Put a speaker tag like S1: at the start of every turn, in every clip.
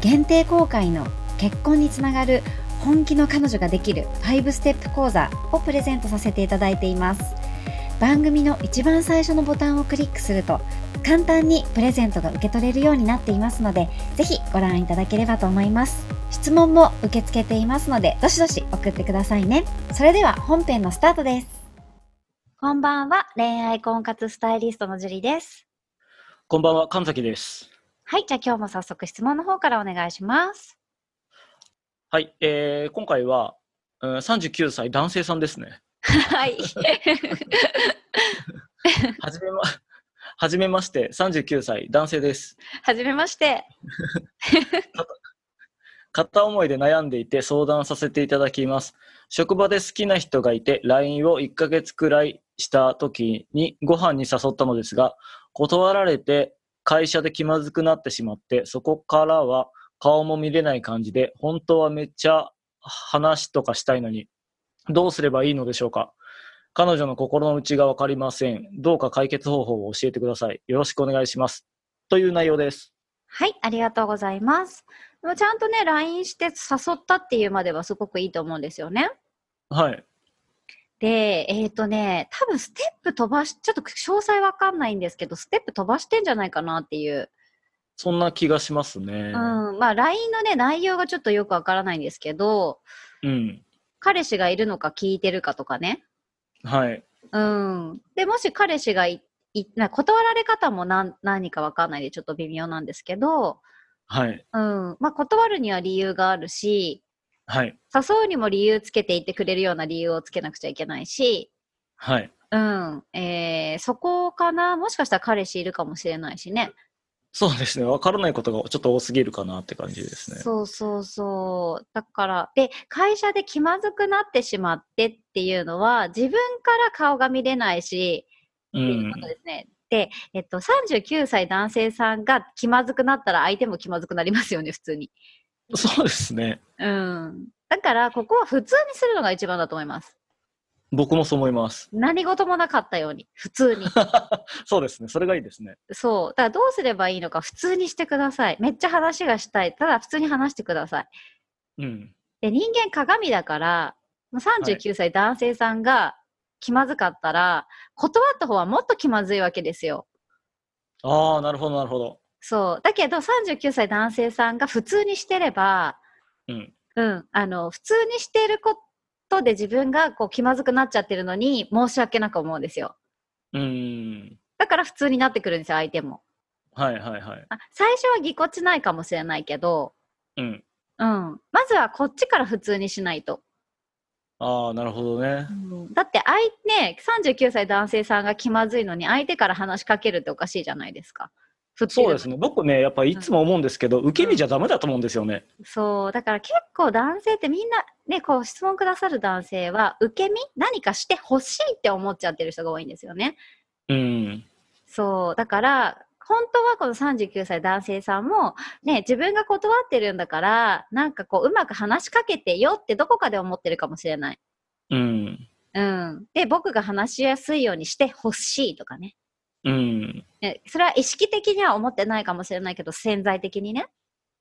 S1: 限定公開の結婚につながる本気の彼女ができる5ステップ講座をプレゼントさせていただいています番組の一番最初のボタンをクリックすると簡単にプレゼントが受け取れるようになっていますのでぜひご覧いただければと思います質問も受け付けていますのでどしどし送ってくださいねそれでは本編のスタートですこんばんは恋愛婚活スタイリストのジュリです
S2: こんばんは、神崎です。
S1: はいじゃあ今日も早速質問の方からお願いします
S2: はい、えー今回は、うん39歳男性さんですね。
S1: はい。
S2: はじめま、はじめまして、39歳男性です。
S1: はじめまして。
S2: 片思いで悩んでいて相談させていただきます。職場で好きな人がいて、LINE を1ヶ月くらいした時にご飯に誘ったのですが、断られて会社で気まずくなってしまって、そこからは顔も見れない感じで、本当はめっちゃ話とかしたいのに、どうすればいいのでしょうか彼女の心の内がわかりません。どうか解決方法を教えてください。よろしくお願いします。という内容です。
S1: はい、ありがとうございます。でもちゃんとね、LINE して誘ったっていうまではすごくいいと思うんですよね。
S2: はい。
S1: で、えっ、とね、多分ステップ飛ばし、ちょっと詳細わかんないんですけど、ステップ飛ばしてんじゃないかなっていう。
S2: そんな気がしますね
S1: う。ん、まあ LINE のね、内容がちょっとよくわからないんですけど、
S2: うん。
S1: 彼氏がいるのか聞いてるかとかね。
S2: はい。
S1: うん。で、もし彼氏がい、いな断られ方も何何かわかんないんで、ちょっと微妙なんですけど、
S2: はい。
S1: うん、まあ断るには理由があるし
S2: はい。
S1: 誘うにも理由つけていってくれるような理由をつけなくちゃいけないし、
S2: はい。
S1: うんえーそこかなもしかしたら彼氏いるかもしれないしね
S2: そうですね。わからないことがちょっと多すぎるかなって感じですね。
S1: そうそうそうだからで会社で気まずくなってしまってっていうのは自分から顔が見れないし
S2: う
S1: っていうんこ。とですね、で、えっと、39歳男性さんが気まずくなったら相手も気まずくなりますよね普通に、
S2: そうですね。
S1: うん、だからここは普通にするのが一番だと思います
S2: 僕もそう思います。
S1: 何事もなかったように普通に
S2: そうですね。それがいいですね。
S1: そうだからどうすればいいのか普通にしてくださいめっちゃ話がしたいただ普通に話してください
S2: うん。
S1: で人間鏡だからもう39歳男性さんが気まずかったら、断った方はもっと気まずいわけですよ
S2: ああ、なるほど、なるほど。
S1: そうだけど39歳男性さんが普通にしてれば
S2: うん。
S1: うんあの普通にしてることで自分がこう気まずくなっちゃってるのに申し訳なく思うんですよ
S2: うん。
S1: だから普通になってくるんですよ相手も
S2: はいはいはい。
S1: あ最初はぎこちないかもしれないけど、
S2: うん。
S1: うん、まずはこっちから普通にしないと。
S2: ああ、なるほどね。
S1: だって相、ね、39歳男性さんが気まずいのに相手から話しかけるっておかしいじゃないですか。普通
S2: そうです
S1: ね。
S2: ね。僕ね、やっぱいつも思うんですけど、受け身じゃダメだと思うんですよね。
S1: そう。だから結構男性ってみんな、ね、こう質問くださる男性は、受け身何かしてほしいって思っちゃってる人が多いんですよね。
S2: うん。
S1: そう。だから、本当はこの39歳男性さんも、ね、自分が断ってるんだから、なんかこう、うまく話しかけてよってどこかで思ってるかもしれない。
S2: うん。
S1: うん、で僕が話しやすいようにしてほしいとかね
S2: うん。
S1: えそれは意識的には思ってないかもしれないけど潜在的にね、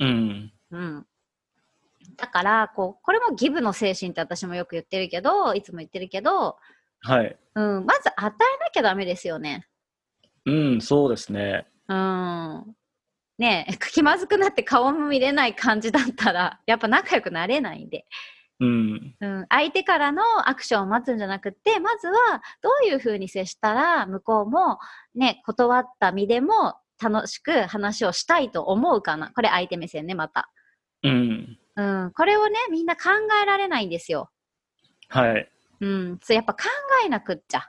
S2: うん。
S1: うん、だからこうこれもギブの精神って私もよく言ってるけどいつも言ってるけど、
S2: はい。
S1: うん、まず与えなきゃダメですよね。
S2: うん、そうですね。
S1: うん ねえ気まずくなって顔も見れない感じだったらやっぱ仲良くなれないんで
S2: うん。
S3: うん、相手からのアクションを待つんじゃなくて、まずはどういうふうに接したら、向こうもね、断った身でも楽しく話をしたいと思うかな。これ相手目線ね、また。
S2: うん。
S3: うん、これをね、みんな考えられないんですよ。
S2: はい。
S3: うん、そうやっぱ考えなくっちゃ。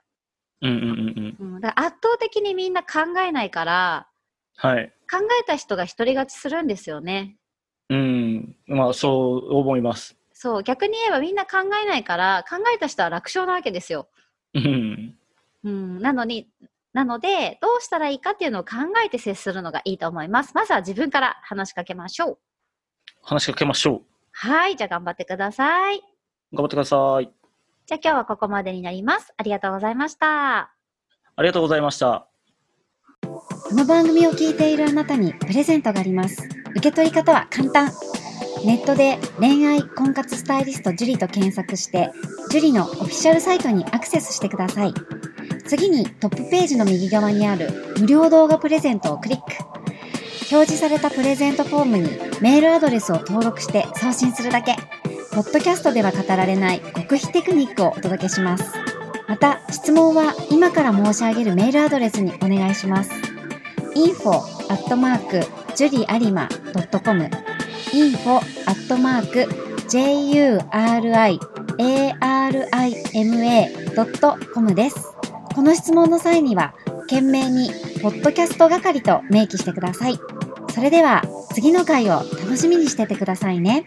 S2: うんうんうんうん。
S3: うん、だから圧倒的にみんな考えないから、
S2: はい。
S3: 考えた人が独り勝ちするんですよね。
S2: うん。まあ、そう思います。
S3: そう、逆に言えばみんな考えないから、考えた人は楽勝なわけですよ。
S2: うん。
S3: うん、なのに、なので、どうしたらいいかっていうのを考えて接するのがいいと思います。まずは自分から話しかけましょう。
S2: 話しかけましょ
S3: はい、じゃあ頑張ってください。
S2: う。頑張ってください。
S3: じゃあ今日はここまでになります。ありがとうございました。
S2: ありがとうございました。
S1: この番組を聞いているあなたにプレゼントがあります。受け取り方は簡単。ネットで恋愛婚活スタイリスト樹と検索して、樹のオフィシャルサイトにアクセスしてください。次にトップページの右側にある無料動画プレゼントをクリック。表示されたプレゼントフォームにメールアドレスを登録して送信するだけ。ポッドキャストでは語られない極秘テクニックをお届けします。また、質問は今から申し上げるメールアドレスにお願いします。info アットマーク juriarima.com info アットマーク juriarima.com です。この質問の際には、懸命にポッドキャスト係と明記してください。それでは、次の回を楽しみにしててくださいね。